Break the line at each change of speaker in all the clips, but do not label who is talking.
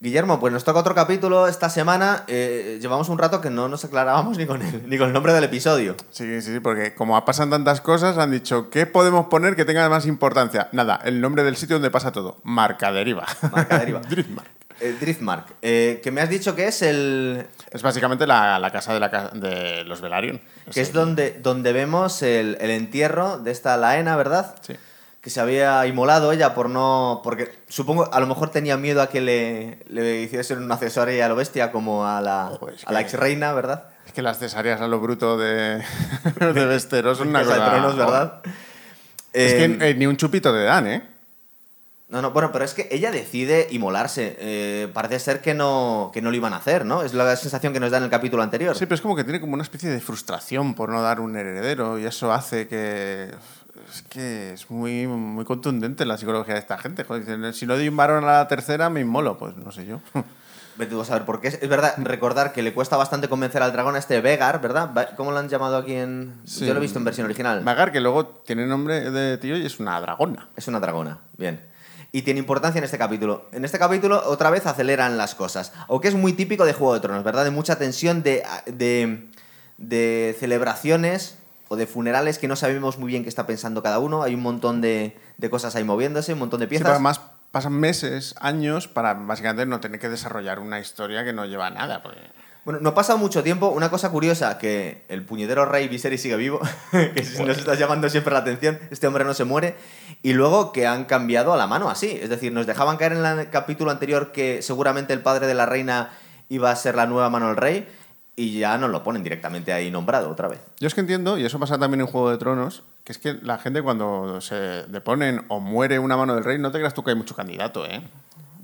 Guillermo, pues nos toca otro capítulo esta semana. Eh, llevamos un rato que no nos aclarábamos ni con, el, ni con el nombre del episodio.
Sí, sí, sí, porque como pasan tantas cosas, han dicho, ¿qué podemos poner que tenga más importancia? Nada, el nombre del sitio donde pasa todo. Marca Deriva.
Marca Deriva.
Driftmark.
Eh, Driftmark, eh, que me has dicho que es el.
Es básicamente la, la casa de, la ca- de los Velaryon.
que es donde, donde vemos el, el entierro de esta Laena, ¿verdad?
Sí.
Que se había inmolado ella por no. Porque supongo, a lo mejor tenía miedo a que le, le hiciesen un accesorio a lo bestia como a la,
Joder, es
a la
que-
ex reina, ¿verdad?
Es que las cesáreas a lo bruto de, de Vesteros son una
Casa de
cosa...
Tronos, ¿verdad?
Es que
Eh,
eh, ni un chupito te dan, ¿eh?
No, no, bueno, pero es que ella decide inmolarse. Eh, parece ser que no, que no lo iban a hacer, ¿no? Es la sensación que nos da en el capítulo anterior.
Sí, pero es como que tiene como una especie de frustración por no dar un heredero y eso hace que... Es que es muy, muy contundente la psicología de esta gente. Joder, dicen, si no doy un varón a la tercera, me inmolo. Pues no sé yo.
Vete tú a saber por qué. Es, es verdad, recordar que le cuesta bastante convencer al dragón a este Vegar, ¿verdad? Va- ¿Cómo lo han llamado aquí en...?
Sí.
Yo lo he visto en versión original.
Magar, que luego tiene nombre de tío y es una dragona.
Es una dragona, bien. Y tiene importancia en este capítulo. En este capítulo otra vez aceleran las cosas. Aunque es muy típico de Juego de Tronos, ¿verdad? De mucha tensión, de, de, de celebraciones o de funerales que no sabemos muy bien qué está pensando cada uno. Hay un montón de, de cosas ahí moviéndose, un montón de
Sí,
piezas.
pero además pasan meses, años, para básicamente no tener que desarrollar una historia que no lleva a nada. porque-
Bueno, no pasa mucho tiempo. Una cosa curiosa, que el puñetero rey Viserys sigue vivo, que si nos está llamando siempre la atención, este hombre no se muere. Y luego que han cambiado a la mano así. Es decir, nos dejaban caer en la- el capítulo anterior que seguramente el padre de la reina iba a ser la nueva mano del rey y ya nos lo ponen directamente ahí nombrado otra vez.
Yo es que entiendo, y eso pasa también en Juego de Tronos, que es que la gente cuando se deponen o muere una mano del rey, no te creas tú que hay mucho candidato, ¿eh?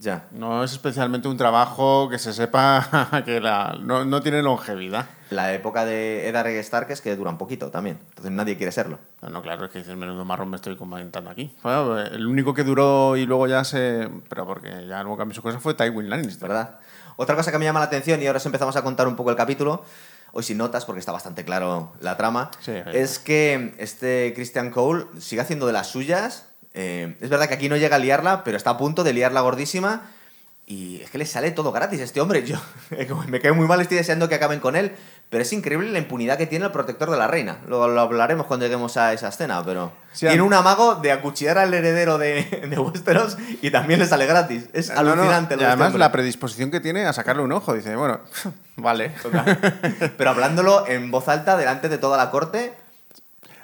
Ya.
No es especialmente un trabajo que se sepa que la- no, no tiene longevidad.
La época de Eddard Stark es que dura un poquito también. Entonces nadie quiere serlo.
No, no, claro, es que dices, menudo marrón me estoy comentando aquí. Bueno, el único que duró y luego ya se... Pero porque ya luego cambió su cosa fue Tywin Lannister.
¿verdad? Otra cosa que me llama la atención, y ahora os empezamos a contar un poco el capítulo, hoy sin notas, porque está bastante claro la trama,
Sí, sí.
es que este Christian Cole sigue haciendo de las suyas. eh, es verdad que aquí no llega a liarla, pero está a punto de liarla gordísima. Y es que le sale todo gratis a este hombre. Yo como me cae muy mal, estoy deseando que acaben con él. Pero es increíble la impunidad que tiene el protector de la reina. Lo, lo hablaremos cuando lleguemos a esa escena, pero...
Sí,
tiene
a-
un amago de acuchillar al heredero de, de Westeros y también le sale gratis. Es
No, no,
alucinante.
y
lo de este
además
hombre.
la predisposición que tiene a sacarle un ojo. Dice, bueno, vale.
Pero hablándolo en voz alta delante de toda la corte,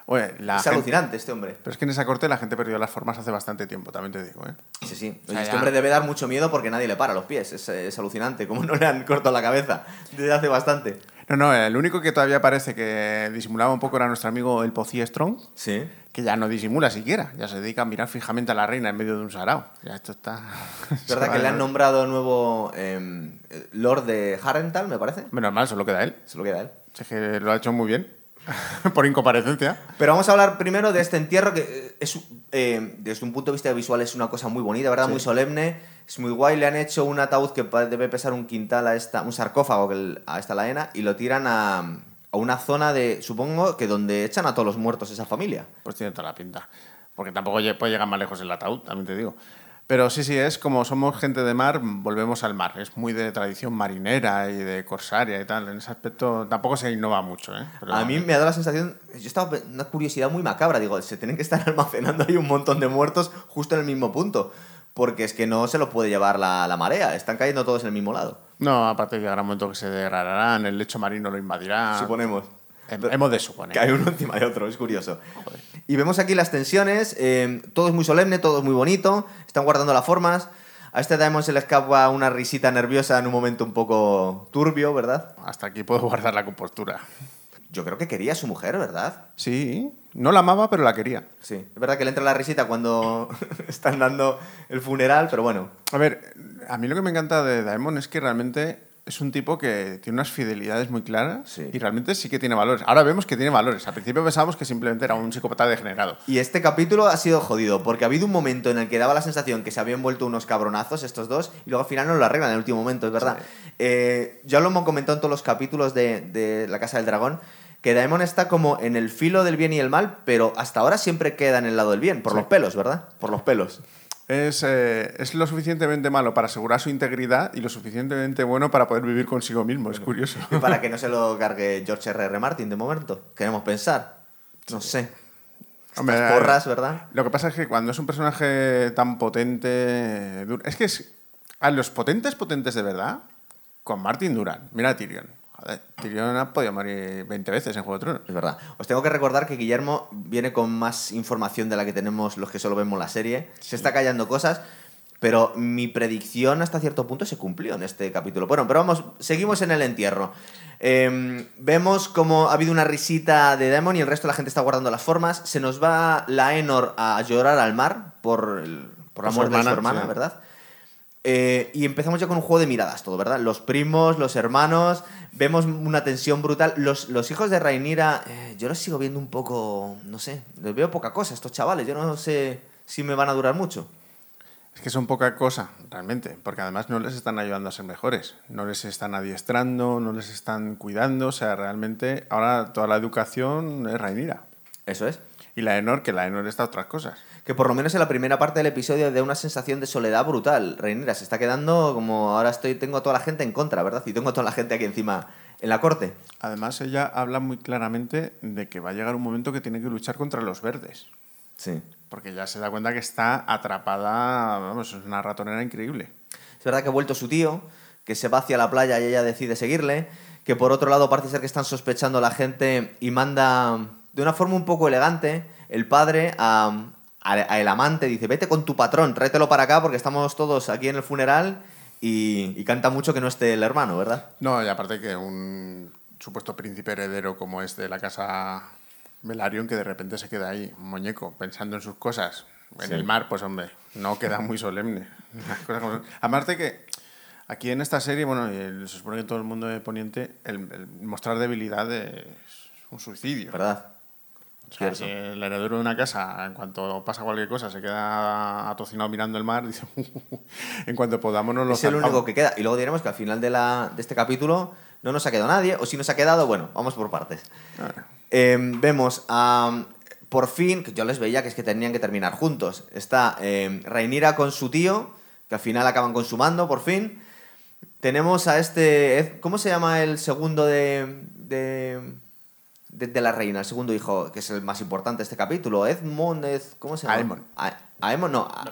Oye, la
es
gente-
alucinante este hombre.
Pero es que en esa corte la gente perdió las formas hace bastante tiempo, también te digo, ¿eh?
Sí, sí.
O sea,
este
ya-
hombre debe dar mucho miedo porque nadie le para los pies. Es, es alucinante como no le han cortado la cabeza desde hace bastante.
No, no, el único que todavía parece que disimulaba un poco era nuestro amigo el Pocí Strong,
Sí.
que ya no disimula siquiera, ya se dedica a mirar fijamente a la reina en medio de un sarao. Ya esto está...
Es verdad que le han nombrado nuevo em, eh, Lord de Harrental, me parece.
Menos mal, solo queda él.
Se lo queda a él.
Si Es que lo ha hecho muy bien, por incomparecencia.
Pero vamos a hablar primero de este entierro que eh, es, eh, desde un punto de vista visual es una cosa muy bonita, ¿verdad? Muy solemne, es muy guay. Le han hecho un ataúd que pa- debe pesar un quintal a esta, un sarcófago que el- a esta laena y lo tiran a, a una zona de, supongo, que donde echan a todos los muertos de esa familia.
Pues tiene toda la pinta. Porque tampoco lle- puede llegar más lejos el ataúd, también te digo. Pero sí, sí, es como somos gente de mar, volvemos al mar. Es muy de tradición marinera y de corsaria y tal. En ese aspecto tampoco se innova mucho, ¿eh? Pero-
A mí me ha dado la sensación, yo estaba pe- una curiosidad muy macabra, digo, se tienen que estar almacenando ahí un montón de muertos justo en el mismo punto, porque es que no se los puede llevar la, la marea, están cayendo todos en el mismo lado,
No, aparte llegará un momento que se degradarán, el lecho marino lo invadirá.
suponemos.
Hem- Hemos de suponer.
Que hay uno encima de otro, es curioso. Y vemos aquí las tensiones, eh, todo es muy solemne, todo es muy bonito, están guardando las formas. A este Daemon se le escapa una risita nerviosa en un momento un poco turbio, ¿verdad?
Hasta aquí puedo guardar la compostura.
Yo creo que quería a su mujer, ¿verdad?
Sí, no la amaba, pero la quería.
Sí. Es verdad que le entra la risita cuando están dando el funeral, pero bueno.
A ver, a mí lo que me encanta de Daemon es que realmente es un tipo que tiene unas fidelidades muy claras
Sí.
y realmente sí que tiene valores. Ahora vemos que tiene valores. Al principio pensábamos que simplemente era un psicópata degenerado.
Y este capítulo ha sido jodido, porque ha habido un momento en el que daba la sensación que se habían vuelto unos cabronazos estos dos, y luego al final no lo arreglan en el último momento, es verdad. Eh, ya lo hemos comentado en todos los capítulos de, de La Casa del Dragón, que Daemon está como en el filo del bien y el mal, pero hasta ahora siempre queda en el lado del bien, por los pelos, ¿verdad? Por los pelos.
es, eh, es lo suficientemente malo para asegurar su integridad y lo suficientemente bueno para poder vivir consigo mismo. Es curioso.
Para que no se lo cargue George R.R. Martin de momento. Queremos pensar. No sé.
Hombre,
Estas porras, ¿verdad?
Lo que pasa es que cuando es un personaje tan potente. eh, dur- Es que es. A los potentes, potentes de verdad, con Martin Duran. Mira a Tyrion. Joder, Tyrion ha podido morir 20 veces en Juego de Tronos.
Es verdad. Os tengo que recordar que Guillermo viene con más información de la que tenemos los que solo vemos la serie. Se está callando cosas, pero mi predicción hasta cierto punto se cumplió en este capítulo. Bueno, pero vamos, seguimos en el entierro. Eh, vemos como ha habido una risita de Demon y el resto de la gente está guardando las formas. Se nos va la Enor a llorar al mar por, el- por la
Por su
muerte de su hermana,
hermana, sí.
¿verdad? Eh, y empezamos ya con un juego de miradas, todo, ¿verdad? Los primos, los hermanos, vemos una tensión brutal. Los, los hijos de Rainira, eh, yo los sigo viendo un poco, no sé, les veo poca cosa, estos chavales, yo no sé si me van a durar mucho.
Es que son poca cosa, realmente, porque además no les están ayudando a ser mejores, no les están adiestrando, no les están cuidando, o sea, realmente ahora toda la educación es Rainira.
Eso es.
Y la Enor, que la Enor está a otras cosas.
Que por lo menos en la primera parte del episodio da una sensación de soledad brutal. Rainira se está quedando como ahora estoy, tengo a toda la gente en contra, ¿verdad? Y tengo a toda la gente aquí encima en la corte.
Además, ella habla muy claramente de que va a llegar un momento que tiene que luchar contra los verdes.
Sí.
Porque ya se da cuenta que está atrapada, vamos, es una ratonera increíble.
Es verdad que ha vuelto su tío, que se va hacia la playa y ella decide seguirle, que por otro lado parece ser que están sospechando la gente y manda de una forma un poco elegante el padre a, a- a el amante, dice, vete con tu patrón, tráetelo para acá porque estamos todos aquí en el funeral y, y canta mucho que no esté el hermano, ¿verdad?
No, y aparte que un supuesto príncipe heredero como es de la casa Melarion, que de repente se queda ahí, un muñeco, pensando en sus cosas. En
Sí.
el mar, pues hombre, no queda muy solemne. Las cosas como son. Aparte que aquí en esta serie, bueno, y el- se supone que todo el mundo de Poniente, el, el mostrar debilidad es un suicidio.
¿Verdad?
O sea,
Cierto.
si el heredero de una casa, en cuanto pasa cualquier cosa, se queda atocinado mirando el mar, dice, en cuanto podamos nos lo
es el
zampamos".
único que queda. Y luego diremos que al final de, la, de este capítulo no nos ha quedado nadie, o si nos ha quedado, bueno, vamos por partes.
Ah.
Eh, vemos a. Por fin, que yo les veía que es que tenían que terminar juntos. Está eh, Rhaenyra con su tío, que al final acaban consumando, por fin. Tenemos a este. Ed- ¿Cómo se llama el segundo de. de. de, de la reina, el segundo hijo, que es el más importante de este capítulo? Edmond, Ed- ¿cómo se llama?
Aemon.
A- Aemon, no. a-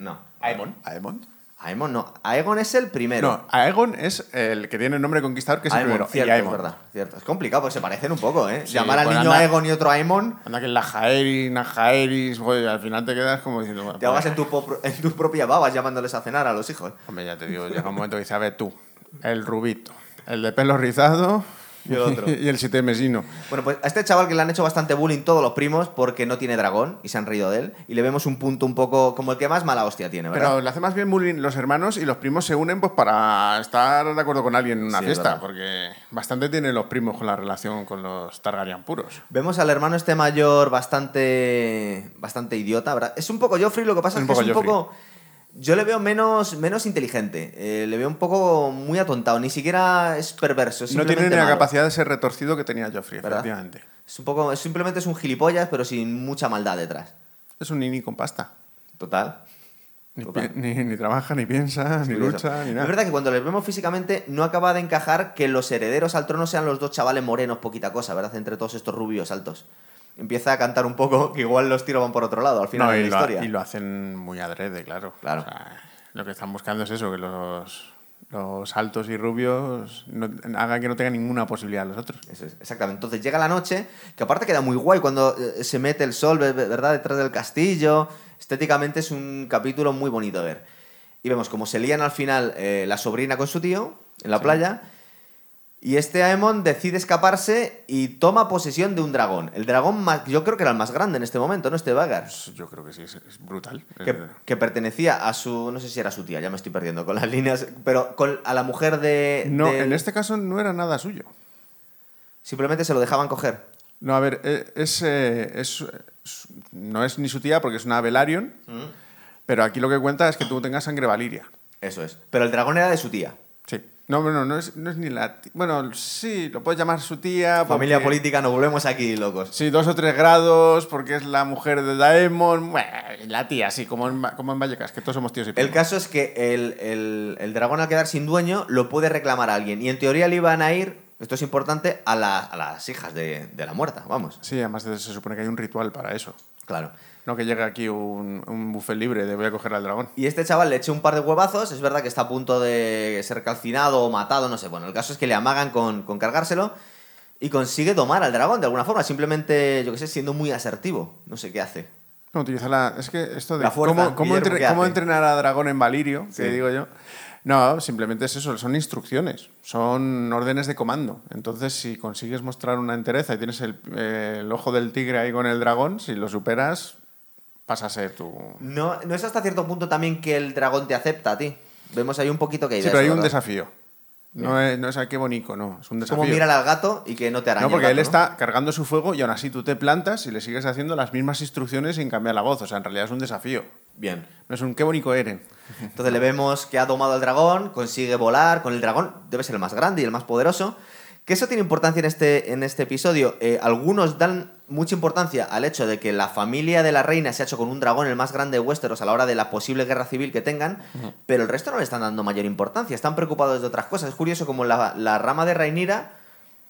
no.
Aemon. Aemon.
Aemon no. Aegon es el primero.
No, Aegon es el que tiene el nombre conquistador, que es
Aemon,
el primero.
cierto,
y Aemon.
es verdad. Cierto. Es complicado porque se parecen un poco, ¿eh?
Sí,
Llamar al
pues
niño
anda-
Aegon y otro Aemon,
Anda que es la Jaeris, na Jaeris, joder, al final te quedas como diciendo... bueno, pues,
te ahogas en tu, po- en tu propia baba llamándoles a cenar a los hijos.
Hombre, ya te digo, llega un momento que dice, a ver, tú, el rubito, el de pelo rizado
Y el otro.
y el siete mesino.
Bueno, pues a este chaval que le han hecho bastante bullying todos los primos porque no tiene dragón y se han reído de él. Y le vemos un punto un poco como el que más mala hostia tiene, ¿verdad?
Pero le hace más bien bullying los hermanos y los primos se unen pues para estar de acuerdo con alguien en una
Sí, es
fiesta,
verdad.
porque bastante tienen los primos con la relación con los Targaryen puros.
Vemos al hermano este mayor bastante bastante idiota, ¿verdad? Es un poco Joffrey, lo que pasa
Un
es que es
poco
un
Joffrey.
poco... Yo le veo menos, menos inteligente, eh, le veo un poco muy atontado, ni siquiera es perverso. es
No tienen
simplemente
la
malo.
capacidad de ser retorcido que tenía Joffrey,
¿Verdad?
efectivamente.
Es un poco, es- simplemente es un gilipollas, pero sin mucha maldad detrás.
Es un nini con pasta.
Total.
Ni,
Total.
pi- ni- ni trabaja, ni piensa, ni
Curioso.
lucha, ni
Es
nada.
verdad que cuando les vemos físicamente no acaba de encajar que los herederos al trono sean los dos chavales morenos, poquita cosa, ¿verdad? Entre todos estos rubios altos. Empieza a cantar un poco, que igual los tiros van por otro lado al final
No,
de la
y, lo,
historia.
y lo hacen muy adrede, claro.
Claro.
O sea, lo que están buscando es eso, que los, los altos y rubios no, hagan que no tengan ninguna posibilidad los otros.
Eso es, exactamente. Entonces llega la noche, que aparte queda muy guay cuando eh, se mete el sol, ve- ve- ¿verdad? Detrás del castillo. Estéticamente es un capítulo muy bonito de ver. Y vemos como se lían al final eh, la sobrina con su tío en la playa. Y este Aemon decide escaparse y toma posesión de un dragón. El dragón, más, yo creo que era el más grande en este momento, ¿no? Este Vagar.
Yo creo que sí, es, es brutal.
Que,
Eh,
que pertenecía a su. No sé si era su tía, ya me estoy perdiendo con las líneas. Pero con, a la mujer de.
No,
del-
en este caso no era nada suyo.
Simplemente se lo dejaban coger.
No, a ver, eh, es, eh, es- es- no es ni su tía porque es una Velaryon, pero aquí lo que cuenta es que tú tengas sangre Valiria.
Eso es. Pero el dragón era de su tía.
Sí. No, bueno, no es, no es ni la. ti- Bueno, sí, lo puedes llamar su tía.
Familia
porque-
política, nos volvemos aquí locos.
Sí, dos o tres grados, porque es la mujer de Daemon. Bueno, la tía, sí, como en, Ma- como en Vallecas, que todos somos tíos y
El
primos.
caso es que el, el- el dragón al quedar sin dueño lo puede reclamar a alguien. Y en teoría le iban a ir, esto es importante, a, la- a las hijas de, de la muerta, vamos.
Sí, además se supone que hay un ritual para eso.
Claro.
No que llegue aquí un, un buffet libre de voy a coger al dragón.
Y este chaval le echa un par de huevazos, es verdad que está a punto de ser calcinado o matado, no sé. Bueno, el caso es que le amagan con, con cargárselo y consigue domar al dragón de alguna forma, simplemente, yo qué sé, siendo muy asertivo. No sé qué hace.
No, utiliza la. Es que esto de.
La fuerza,
¿Cómo, cómo
Guillermo,
entre-
¿qué
cómo
hace?
entrenar a dragón en Valirio?
Sí.
Que digo yo. No, simplemente es eso, son instrucciones, son órdenes de comando. Entonces, si consigues mostrar una entereza y tienes el, eh, el ojo del tigre ahí con el dragón, si lo superas, pasa a ser tu.
No, no es hasta cierto punto también que el dragón te acepta a ti. Vemos ahí un poquito que hay
Sí,
de
pero hay
eso,
un
¿verdad?
desafío. No es, no es a qué bonito, no, es un
Es
desafío.
como mirar al gato y que no te arañe.
No, porque
el
él
gato, ¿no?
está cargando su fuego y aún así tú te plantas y le sigues haciendo las mismas instrucciones sin cambiar la voz. O sea, en realidad es un desafío.
Bien.
No es un qué bonito Eren.
Entonces le vemos que ha domado al dragón, consigue volar con el dragón, debe ser el más grande y el más poderoso. Que eso tiene importancia en este, en este episodio. Eh, algunos dan mucha importancia al hecho de que la familia de la reina se ha hecho con un dragón, el más grande de Westeros, a la hora de la posible guerra civil que tengan, pero el resto no le están dando mayor importancia, están preocupados de otras cosas. Es curioso como la, la rama de Rhaenyra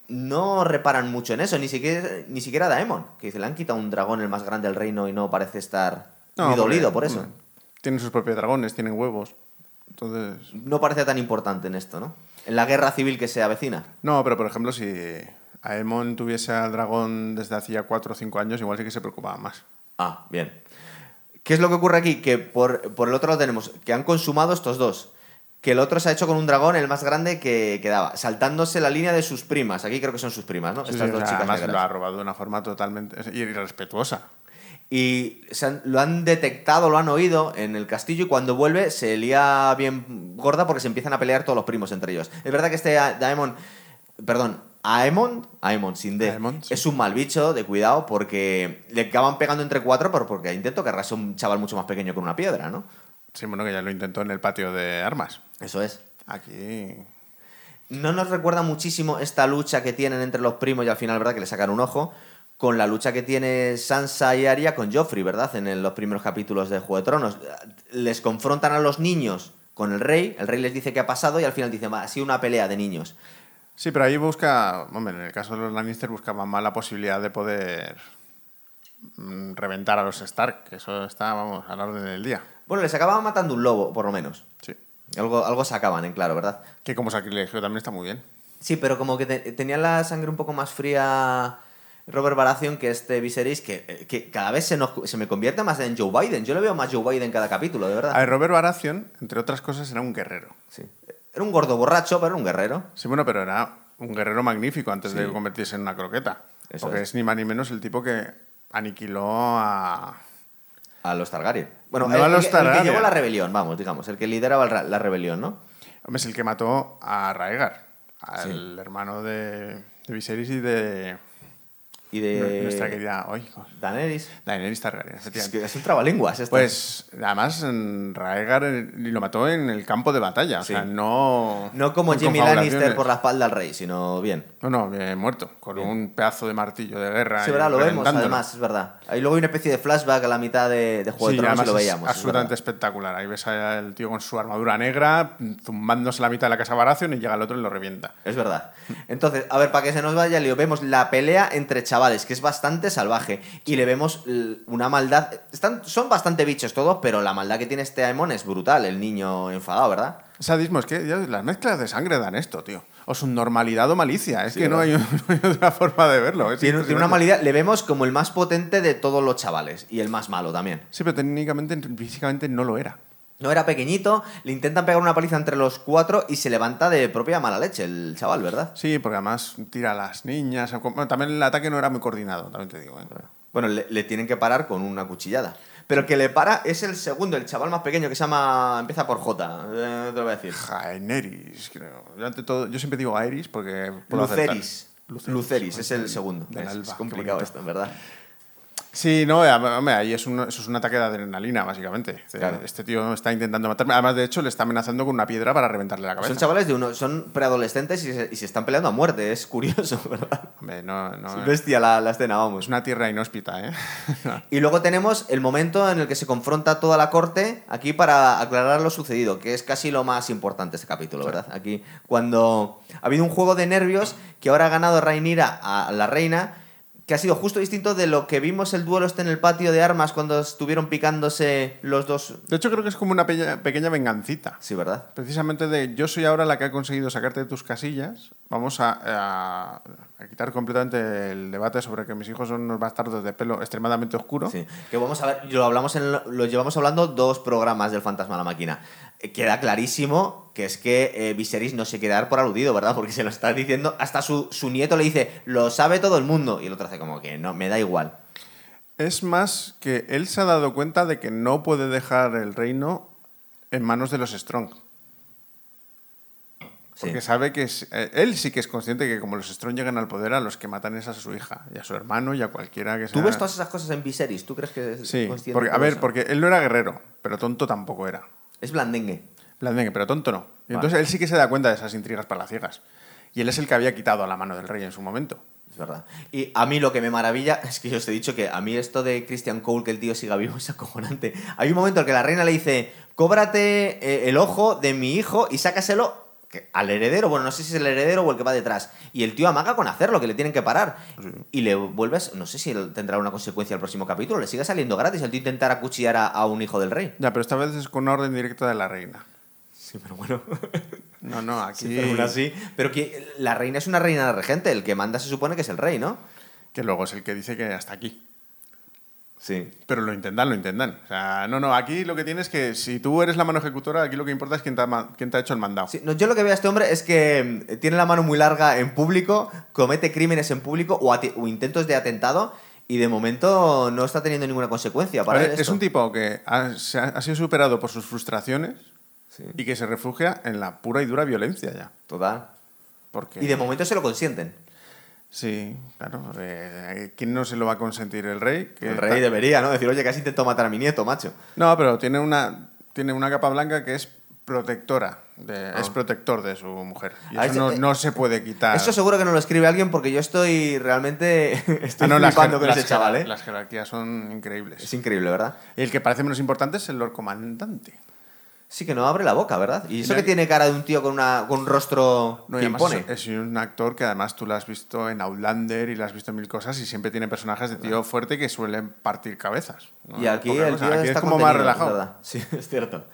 no reparan mucho en eso, ni siquiera, ni siquiera Daemon, que dice, le han quitado un dragón, el más grande del reino, y no parece estar
No,
muy
porque,
dolido por eso
mm, Tienen sus propios dragones, tienen huevos. Entonces.
no parece tan importante en esto, ¿no? En la guerra civil que se avecina.
No, pero por ejemplo, si Aemon tuviese al dragón desde hacía 4 o 5 años, igual sí que se preocupaba más.
Ah, bien. ¿Qué es lo que ocurre aquí? Que por, por el otro lado tenemos que han consumado estos dos. Que el otro se ha hecho con un dragón, el más grande que quedaba, saltándose la línea de sus primas. Aquí creo que son sus primas, ¿no?
Sí,
Estas
sí,
dos
o sea,
chicas
además lo
negras.
ha robado de una forma totalmente es- irrespetuosa.
Y se han- lo han detectado, lo han oído en el castillo y cuando vuelve se lía bien gorda porque se empiezan a pelear todos los primos entre ellos. Es verdad que este A- Daemon, perdón, Aemon, Aemon sin D,
Aemon, sí.
es un mal bicho de cuidado porque le acaban pegando entre cuatro pero porque intento que arrase un chaval mucho más pequeño con una piedra, ¿no?
Sí, bueno, que ya lo intentó en el patio de armas.
Eso es.
Aquí.
No nos recuerda muchísimo esta lucha que tienen entre los primos y al final, ¿verdad? Que le sacan un ojo. Con la lucha que tiene Sansa y Arya con Joffrey, ¿verdad? En el- los primeros capítulos de Juego de Tronos. Les confrontan a los niños con el rey. El rey les dice qué ha pasado y al final dice, "Va, ha sido una pelea de niños.
Sí, pero ahí busca, hombre, en el caso de los Lannister buscaban más la posibilidad de poder mm, reventar a los Stark, que eso está, vamos, a la orden del día.
Bueno, les acababan matando un lobo, por lo menos.
Sí.
Algo, algo sacaban, en claro, ¿verdad?
Que como sacrilegio también está muy bien.
Sí, pero como que te- tenía la sangre un poco más fría Robert Baratheon que este Viserys, que, eh, que cada vez se, nos- se me convierte más en Joe Biden. Yo le veo más Joe Biden cada capítulo, de verdad.
A ver, Robert Baratheon, entre otras cosas, era un guerrero.
Sí. Era un gordo borracho, pero era un guerrero.
Sí, bueno, pero era un guerrero magnífico antes de convertirse en una croqueta.
Eso
porque
es.
es. ni más ni menos el tipo que aniquiló a...
A los Targaryen. Bueno,
No
el,
a los
el que- el
Targaryen.
que llevó la rebelión, vamos, digamos. El que lideraba el ra- la rebelión, ¿no?
Hombre, es el que mató a Raegar, al
Sí.
hermano de, de Viserys y de...
Y de.
Nuestra querida... Ay,
Daenerys.
Daenerys Targaryen,
Eh, Es,
efectivamente.
que es un trabalenguas esto.
Pues además en Raegar eh, lo mató en el campo de batalla,
Sí.
o sea, no...
No como
con
Jimmy Lannister
confabulaciones.
por la espalda al rey, sino bien.
No, no, eh, muerto, con un pedazo de martillo de guerra.
Sí,
y
verdad, lo vemos,
Ah, reventándolo.
además, es verdad. Ahí luego hay una especie de flashback a la mitad de, de Juego
Sí,
de Tronos y
además
lo
es
veíamos. es
absolutamente
verdad.
espectacular. Ahí ves al tío con su armadura negra zumbándose la mitad de la casa Baratheon y llega el otro y lo revienta.
Es verdad. Entonces, a ver, para que se nos vaya, Leo, vemos la pelea entre chavales, que es bastante salvaje. Y le vemos l- una maldad. Están, son bastante bichos todos, pero la maldad que tiene este Aemon es brutal, el niño enfadado, ¿verdad?
Sadismo, es que ya las mezclas de sangre dan esto, tío. O normalidad o malicia. Es
Sí,
que no hay, no hay otra forma de verlo. es
Tiene, tiene una
impresionante.
maldad. Le vemos como el más potente de todos los chavales y el más malo también.
Sí, pero técnicamente, físicamente no lo era.
No era pequeñito, le intentan pegar una paliza entre los cuatro y se levanta de propia mala leche el chaval, ¿verdad?
Sí, porque además tira a las niñas. Bueno, también el ataque no era muy coordinado, también te digo. ¿eh?
Bueno, le, le tienen que parar con una cuchillada. Pero el que le para es el segundo, el chaval más pequeño que se llama. Empieza por J, eh, te lo voy a decir.
Jaenerys, creo. Yo, ante todo, yo siempre digo Aeris porque. puedo acertar.
Luceris. Luceris, es el segundo.
Del
Es,
alba,
es
qué
complicado
bonito.
esto, en verdad.
Sí, no, a- hombre, ahí es un, eso es un ataque de adrenalina, básicamente. O sea,
Claro.
Este tío está intentando matarme. Además, de hecho, le está amenazando con una piedra para reventarle la
Son
cabeza.
chavales de uno, son preadolescentes y se, y se están peleando a muerte, es curioso, ¿verdad?
Hombre, no, no,
Es bestia la, la escena,
es
vamos.
una tierra inhóspita, ¿eh?
Y luego tenemos el momento en el que se confronta toda la corte aquí para aclarar lo sucedido, que es casi lo más importante de este capítulo, ¿verdad? Aquí, cuando ha habido un juego de nervios que ahora ha ganado Rainira a la reina, que ha sido justo distinto de lo que vimos el duelo este en el patio de armas cuando estuvieron picándose los dos.
De hecho, creo que es como una peña- pequeña vengancita.
Sí, ¿verdad?
Precisamente de yo soy ahora la que ha conseguido sacarte de tus casillas. Vamos a, eh, a- a quitar completamente el debate sobre que mis hijos son unos bastardos de pelo extremadamente oscuro.
Sí. Que vamos a ver, lo hablamos en- lo llevamos hablando dos programas del Fantasma a la Máquina. Eh, Queda clarísimo que es que eh, Viserys no se quiere dar por aludido, ¿verdad? Porque se lo está diciendo, hasta su, su nieto le dice, lo sabe todo el mundo. Y el otro hace como que no, me da igual.
Es más que él se ha dado cuenta de que no puede dejar el reino en manos de los Strong.
Sí.
Porque sabe que es- eh, él sí que es consciente que como los Strong llegan al poder, a los que matan es a su hija y a su hermano y a cualquiera que
¿Tú
sea.
ves todas esas cosas en Viserys? ¿Tú crees que es
Sí,
consciente
porque,
de
a
todo
ver,
eso?
porque él no era guerrero, pero tonto tampoco era.
Es blandengue.
Blandengue, pero tonto no. Y entonces él sí que se da cuenta de esas intrigas palaciegas. Y él es el que había quitado a la mano del rey en su momento.
Es verdad. Y a mí lo que me maravilla es que yo os he dicho que a mí esto de Christian Cole, que el tío siga vivo, es acojonante. Hay un momento en que la reina le dice, cóbrate eh, el ojo de mi hijo y sácaselo que- al heredero. Bueno, no sé si es el heredero o el que va detrás. Y el tío amaga con hacerlo, que le tienen que parar. Y le vuelves, no sé si él tendrá una consecuencia el próximo capítulo, le sigue saliendo gratis el tío intentar acuchillar a, a un hijo del rey.
Ya, pero esta vez es con una orden directa de la reina.
Sí, pero bueno.
No, no, aquí...
Sí, pero aún así. Pero que la reina es una reina regente, el que manda se supone que es el rey, ¿no?
Que luego es el que dice que hasta aquí.
Sí.
Pero lo intentan, lo intentan. O sea, no, no, aquí lo que tienes es que si tú eres la mano ejecutora, aquí lo que importa es quién te ha, ma- quién te ha hecho el mandado.
Sí, no, yo lo que veo a este hombre es que mm, tiene la mano muy larga en público, comete crímenes en público o, ate- o intentos de atentado y de momento no está teniendo ninguna consecuencia
A
para
ver,
él
es
esto.
un tipo que ha, se ha- ha sido superado por sus frustraciones
Sí,
y que se refugia en la pura y dura violencia ya.
total.
Porque...
Y de momento se lo consienten.
Sí, claro. eh, ¿Quién no se lo va a consentir? El rey. que
El
ta-
rey debería, ¿no? Decir, oye, casi intentó matar a mi nieto, macho.
No, pero tiene una, tiene una capa blanca que es protectora. de- Es protector de su mujer. Y
Ah,
eso
ese-
no,
eh,
no se puede quitar.
Eso seguro que no lo escribe alguien porque yo estoy realmente estoy
Ah, no, las
flipando
jer-
con
las
ese chaval,
jer-
¿eh?
Las jerarquías son increíbles.
Es increíble, ¿verdad?
Y el que parece menos importante es el Lord Comandante.
Sí que no abre la boca, ¿verdad? Y eso
Mira
que
que-
tiene cara de un tío con, una, con un rostro
No, y
que
además
impone.
Es, es un actor que además tú lo has visto en Outlander y lo has visto en mil cosas y siempre tiene personajes de tío fuerte que suelen partir cabezas. ¿no?
Y aquí
Poca
el
cosa.
tío
Aquí
está
es como más
contenido,
relajado.
es verdad. Sí, es cierto.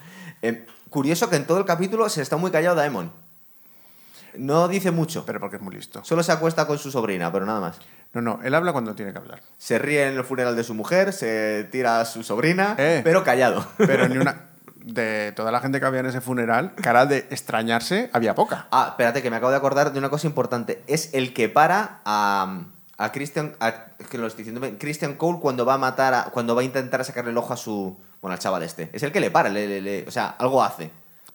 Eh, curioso que en todo el capítulo se está muy callado Daemon. No dice mucho.
Pero porque es muy listo.
Solo se acuesta con su sobrina, pero nada más.
No, no, él habla cuando tiene que hablar.
Se ríe en el funeral de su mujer, se tira a su sobrina,
Eh.
pero callado.
Pero ni una. De toda la gente que había en ese funeral, cara de extrañarse, había poca.
Ah, espérate, que me acabo de acordar de una cosa importante. Es el que para a, a Christian. a- es que lo estoy diciendo bien. Christian Cole cuando va a matar a- cuando va a intentar sacarle el ojo a su. Bueno, al chaval este. Es el que le para, le- le- le- o sea, algo hace.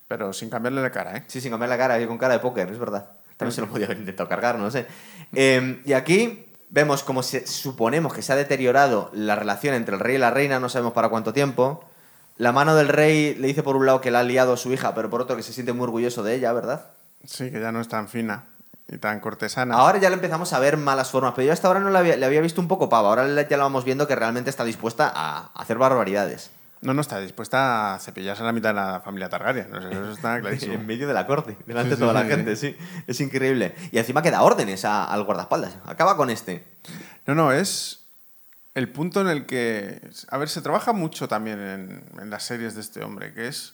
Pero sin cambiarle la cara, ¿eh?
Sí, sin cambiar la cara, con cara de póker, es verdad. También se lo podía haber intentado cargar, no lo sé. Eh, y aquí vemos como se, suponemos que se ha deteriorado la relación entre el rey y la reina, no sabemos para cuánto tiempo. La mano del rey le dice por un lado que la ha liado a su hija, pero por otro que se siente muy orgulloso de ella, ¿verdad?
Sí, que ya no es tan fina y tan cortesana.
Ahora ya le empezamos a ver malas formas, pero yo hasta ahora no la había, le había visto un poco pava. Ahora le- ya la vamos viendo que realmente está dispuesta a hacer barbaridades.
No, no está dispuesta a cepillarse a la mitad de la familia Targaryen. No sé, eso está clarísimo.
En medio de la corte, delante
Sí,
de toda
sí,
la
sí,
gente, sí. Es increíble. Y encima que da órdenes a- al guardaespaldas. Acaba con este.
No, no, es el punto en el que. A ver, se trabaja mucho también en, en las series de este hombre, que es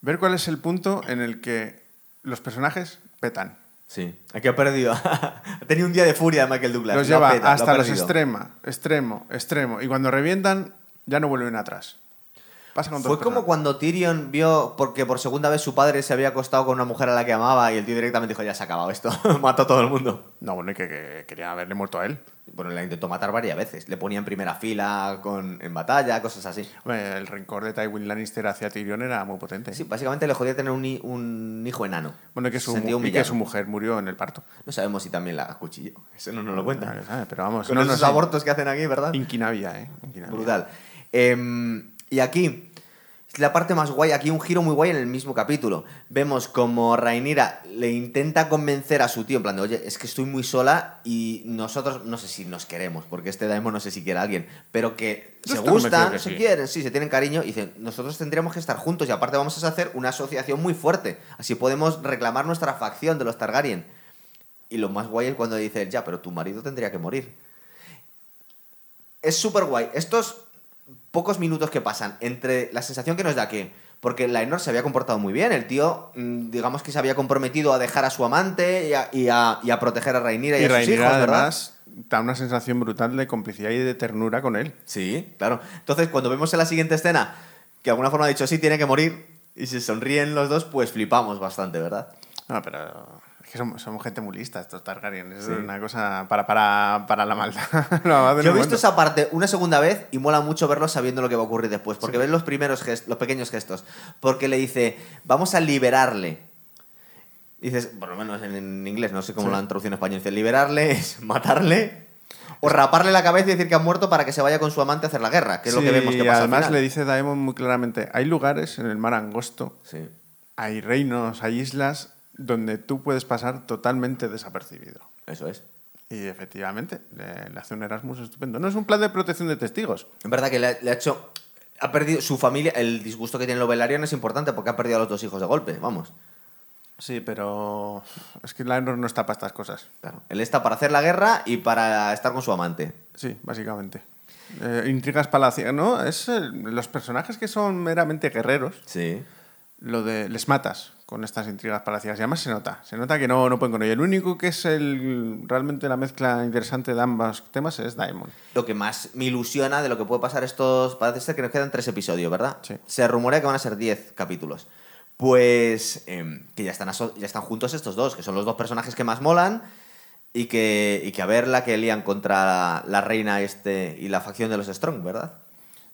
ver cuál es el punto en el que los personajes petan.
Sí. Aquí ha perdido. ha tenido un día de furia de Michael Douglas.
los
Lo
lleva
peta, lo ha
hasta los
perdido.
extremos, extremo, extremo. Y cuando revientan, ya no vuelven atrás. Pasa con
Fue
otras
como
personas.
cuando Tyrion vio, porque por segunda vez su padre se había acostado con una mujer a la que amaba y el tío directamente dijo, ya se ha acabado esto, mató a todo el mundo.
No, bueno, y que, que querían haberle muerto a él.
Bueno, la intentó matar varias veces. Le ponía en primera fila, con, en batalla, cosas así.
Hombre, El rencor de Tywin Lannister hacia Tyrion era muy potente.
Sí, básicamente le jodía tener un, hi- un hijo enano.
Bueno, y que, su,
Se sentía
mu- y que
humillado.
su mujer murió en el parto.
No sabemos si también la cuchillo. Eso no nos lo cuenta.
Nadie sabe, Pero vamos,
Con
no, no
esos
sé.
abortos que hacen aquí, ¿verdad?
Inquinavia, ¿eh? Inquinavia.
Brutal. Em, y aquí, es la parte más guay, aquí un giro muy guay en el mismo capítulo. Vemos como Rainira le intenta convencer a su tío, en plan de, oye, es que estoy muy sola y nosotros, no sé si nos queremos, porque este Daemon no sé si quiere a alguien, pero que
Yo
se
estoy convencido
gustan,
que
se
sí.
quieren, sí, se tienen cariño, y dicen, nosotros tendríamos que estar juntos y aparte vamos a hacer una asociación muy fuerte, así podemos reclamar nuestra facción de los Targaryen. Y lo más guay es cuando dice, ya, pero tu marido tendría que morir. Es súper guay. Estos pocos minutos que pasan entre la sensación que nos da que... Porque Lainor se había comportado muy bien, el tío, mm, digamos que se había comprometido a dejar a su amante y a, y a- y a proteger a Rhaenyra y,
Y
a sus
Rhaenyra,
hijos, ¿verdad?
además, da una sensación brutal de complicidad y de ternura con él.
Sí, claro. Entonces, cuando vemos en la siguiente escena que de alguna forma ha dicho, sí, tiene que morir, y se sonríen los dos, pues flipamos bastante, ¿verdad?
No, pero es que somos, somos gente muy lista, estos Targaryen. Es una cosa para, para, para la maldad. No, hacen
Yo he visto
un momento.
esa parte una segunda vez y mola mucho verlo sabiendo lo que va a ocurrir después, porque ves los primeros gestos, los pequeños gestos, porque le dice, vamos a liberarle. Dices, por lo menos en, en inglés, no sé cómo
Sí.
lo han traducido en español, dice, liberarle es matarle o raparle la cabeza y decir que ha muerto para que se vaya con su amante a hacer la guerra, que es lo que
Sí,
vemos que
y
pasa. al
además
final.
le dice Daemon muy claramente, hay lugares en el mar angosto,
Sí.
hay reinos, hay islas donde tú puedes pasar totalmente desapercibido.
Eso es.
Y efectivamente, le, le hace un Erasmus estupendo. No es un plan de protección de testigos.
En verdad que le ha, le ha hecho. Ha perdido su familia. El disgusto que tiene los Velaryon es importante porque ha perdido a los dos hijos de golpe. Vamos.
Sí, pero es que Laenor no está para estas cosas.
Claro. Él está para hacer la guerra y para estar con su amante.
Sí, básicamente. Eh, intrigas palacianas, ¿no? Es, eh, los personajes que son meramente guerreros,
Sí.
lo de les matas con estas intrigas palacianas. Y además se nota, se nota que no, no pueden con ello. El único que es el, realmente la mezcla interesante de ambos temas es Daemon.
Lo que más me ilusiona de lo que puede pasar estos. Parece ser que nos quedan tres episodios, ¿verdad?
Sí.
Se rumorea que van a ser diez capítulos. Pues. em, que ya están, aso- ya están juntos estos dos, que son los dos personajes que más molan. Y que, y que a ver la que lían contra la, reina este y la facción de los Strong, ¿verdad?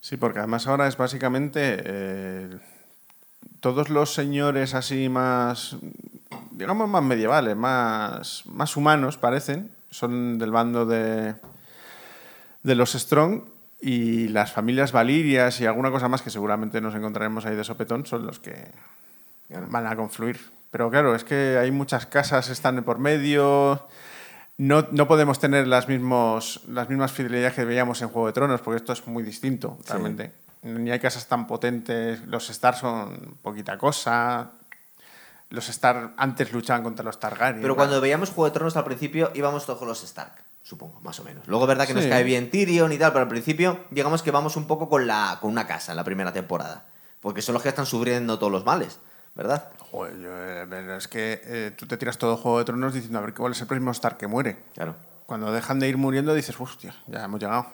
Sí, porque además ahora es básicamente eh, todos los señores así más, digamos, más medievales, más, más humanos parecen, son del bando de, de los Strong y las familias valirias y alguna cosa más que seguramente nos encontraremos ahí de sopetón son los que van a confluir. Pero claro, es que hay muchas casas, están por medio. No, no podemos tener las, mismos, las mismas fidelidades que veíamos en Juego de Tronos, porque esto es muy distinto,
Sí.
realmente. Ni hay casas tan potentes, los Star son poquita cosa. Los Star antes luchaban contra los Targaryen.
Pero cuando veíamos Juego de Tronos al principio íbamos todos con los Stark, supongo, más o menos. Luego, verdad que nos
Sí.
cae bien Tyrion y tal, pero al principio digamos que vamos un poco con, la, con una casa en la primera temporada. Porque son los que están sufriendo todos los males, ¿verdad?
Joder, yo, eh, pero es que eh, tú te tiras todo Juego de Tronos diciendo a ver cuál es el próximo Star que muere.
Claro.
Cuando dejan de ir muriendo dices, hostia, ya hemos llegado.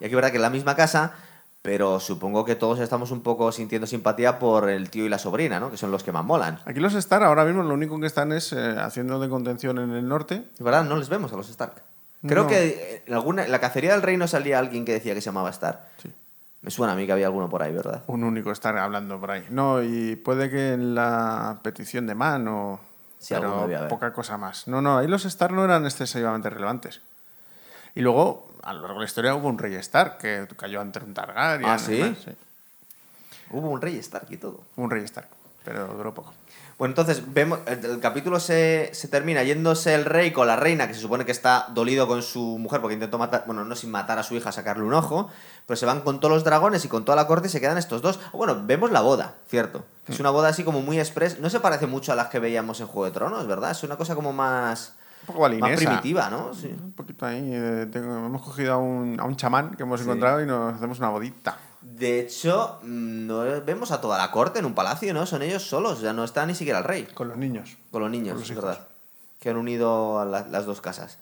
Y aquí, verdad que es la misma casa, pero supongo que todos estamos un poco sintiendo simpatía por el tío y la sobrina, ¿no? Que son los que más molan.
Aquí los Star ahora mismo lo único que están es eh, haciendo de contención en el norte.
De verdad, no les vemos a los Stark. Creo
No.
que en, alguna, en la cacería del reino salía alguien que decía que se llamaba Stark.
Sí.
Me suena a mí que había alguno por ahí, ¿verdad?
Un único Star hablando por ahí. No, y puede que en la petición de mano.
Sí, alguno debía
pero
haber.
poca cosa más. No, no, ahí los Star no eran excesivamente relevantes. Y luego, a lo largo de la historia, hubo un rey Star que cayó ante un Targaryen.
Ah, ¿sí?
además, sí.
Hubo un rey Stark y todo.
Un rey Star, pero duró poco.
Bueno, entonces vemos, el, el capítulo se, se termina yéndose el rey con la reina, que se supone que está dolido con su mujer porque intentó matar, bueno, no sin matar a su hija, sacarle un ojo, pero se van con todos los dragones y con toda la corte y se quedan estos dos. Bueno, vemos la boda, cierto. que Es una boda así como muy express, no se parece mucho a las que veíamos en Juego de Tronos, ¿verdad? Es una cosa como más,
Un poco
más
balinesa.
primitiva, ¿no? Sí.
Un poquito ahí. eh, tengo- hemos cogido a un, a un chamán que hemos
Sí.
encontrado y nos hacemos una bodita.
De hecho, mm, no vemos a toda la corte en un palacio, ¿no? Son ellos solos, ya no está ni siquiera el rey.
Con los niños.
Con los niños,
Con los
es
hijos.
verdad. Que han unido a la- las dos casas.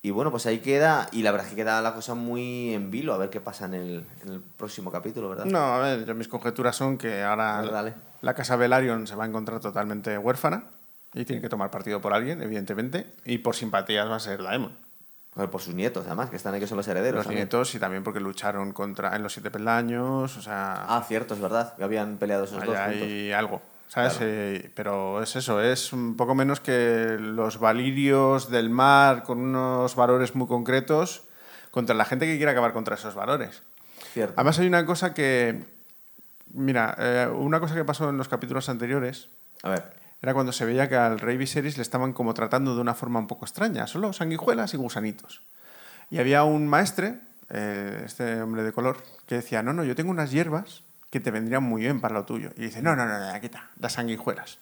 Y bueno, pues ahí queda, y la verdad es que queda la cosa muy en vilo, a ver qué pasa en el, en el próximo capítulo, ¿verdad?
No, a ver, yo mis conjeturas son que ahora
Dale, dale.
la casa Velaryon se va a encontrar totalmente huérfana y tiene que tomar partido por alguien, evidentemente, y por simpatías va a ser Daemon.
Joder, Por sus nietos, además, que están aquí, son los herederos.
Los
también.
nietos y también porque lucharon contra en los siete peldaños, o sea,
Ah, cierto, es verdad, que habían peleado esos dos
Allá
juntos.
hay algo, ¿sabes? Eh, pero es eso, es un poco menos que los valirios del mar con unos valores muy concretos contra la gente que quiere acabar contra esos valores.
Cierto.
Además hay una cosa que, mira, eh, una cosa que pasó en los capítulos anteriores
A ver,
era cuando se veía que al rey Viserys le estaban como tratando de una forma un poco extraña, solo sanguijuelas y gusanitos. Y había un maestre, eh, este hombre de color, que decía, no, no, yo tengo unas hierbas que te vendrían muy bien para lo tuyo. Y dice, no, no, no, no quita, las sanguijuelas.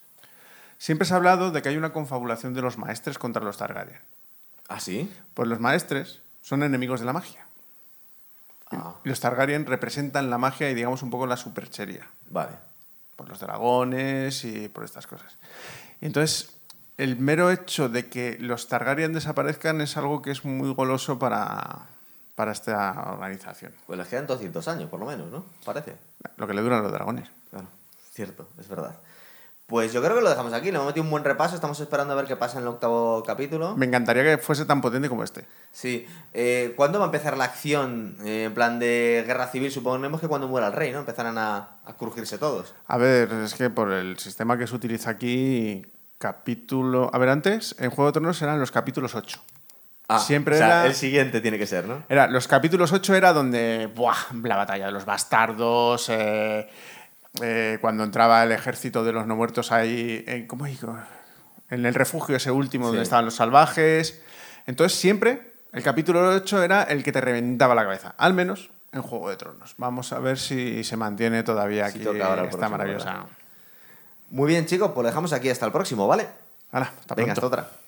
Siempre se ha hablado de que hay una confabulación de los maestres contra los Targaryen.
¿ah, sí?
Pues los maestres son enemigos de la magia.
Ah,
Y los Targaryen representan la magia y digamos un poco la superchería.
vale.
por los dragones y por estas cosas. Y entonces, el mero hecho de que los Targaryen desaparezcan es algo que es muy goloso para, para esta organización.
Pues les quedan 200 años, por lo menos, ¿no? Parece.
Lo que le duran los dragones.
Claro, cierto, es verdad. Pues yo creo que lo dejamos aquí, le hemos metido un buen repaso, estamos esperando a ver qué pasa en el octavo capítulo.
Me encantaría que fuese tan potente como este.
Sí, eh, ¿cuándo va a empezar la acción eh, en plan de guerra civil? Suponemos que cuando muera el rey, ¿no? Empezarán a, a crujirse todos.
A ver, es que por el sistema que se utiliza aquí, capítulo... A ver, antes, en Juego de Tronos eran los capítulos 8.
Ah,
Siempre
o sea,
era-
el siguiente tiene que ser, ¿no?
Era, los capítulos 8 era donde, ¡buah! La batalla de los bastardos, eh, eh, cuando entraba el ejército de los no muertos ahí, en, ¿cómo digo? En el refugio ese último
Sí.
donde estaban los salvajes. Entonces siempre el capítulo 8 era el que te reventaba la cabeza, al menos en Juego de Tronos. Vamos a ver si se mantiene
Si
todavía aquí
toca ahora el
esta
próximo,
maravillosa.
¿verdad? Muy bien, chicos, pues lo dejamos aquí hasta el próximo, ¿vale?
Hala, hasta
Venga,
pronto.
hasta otra.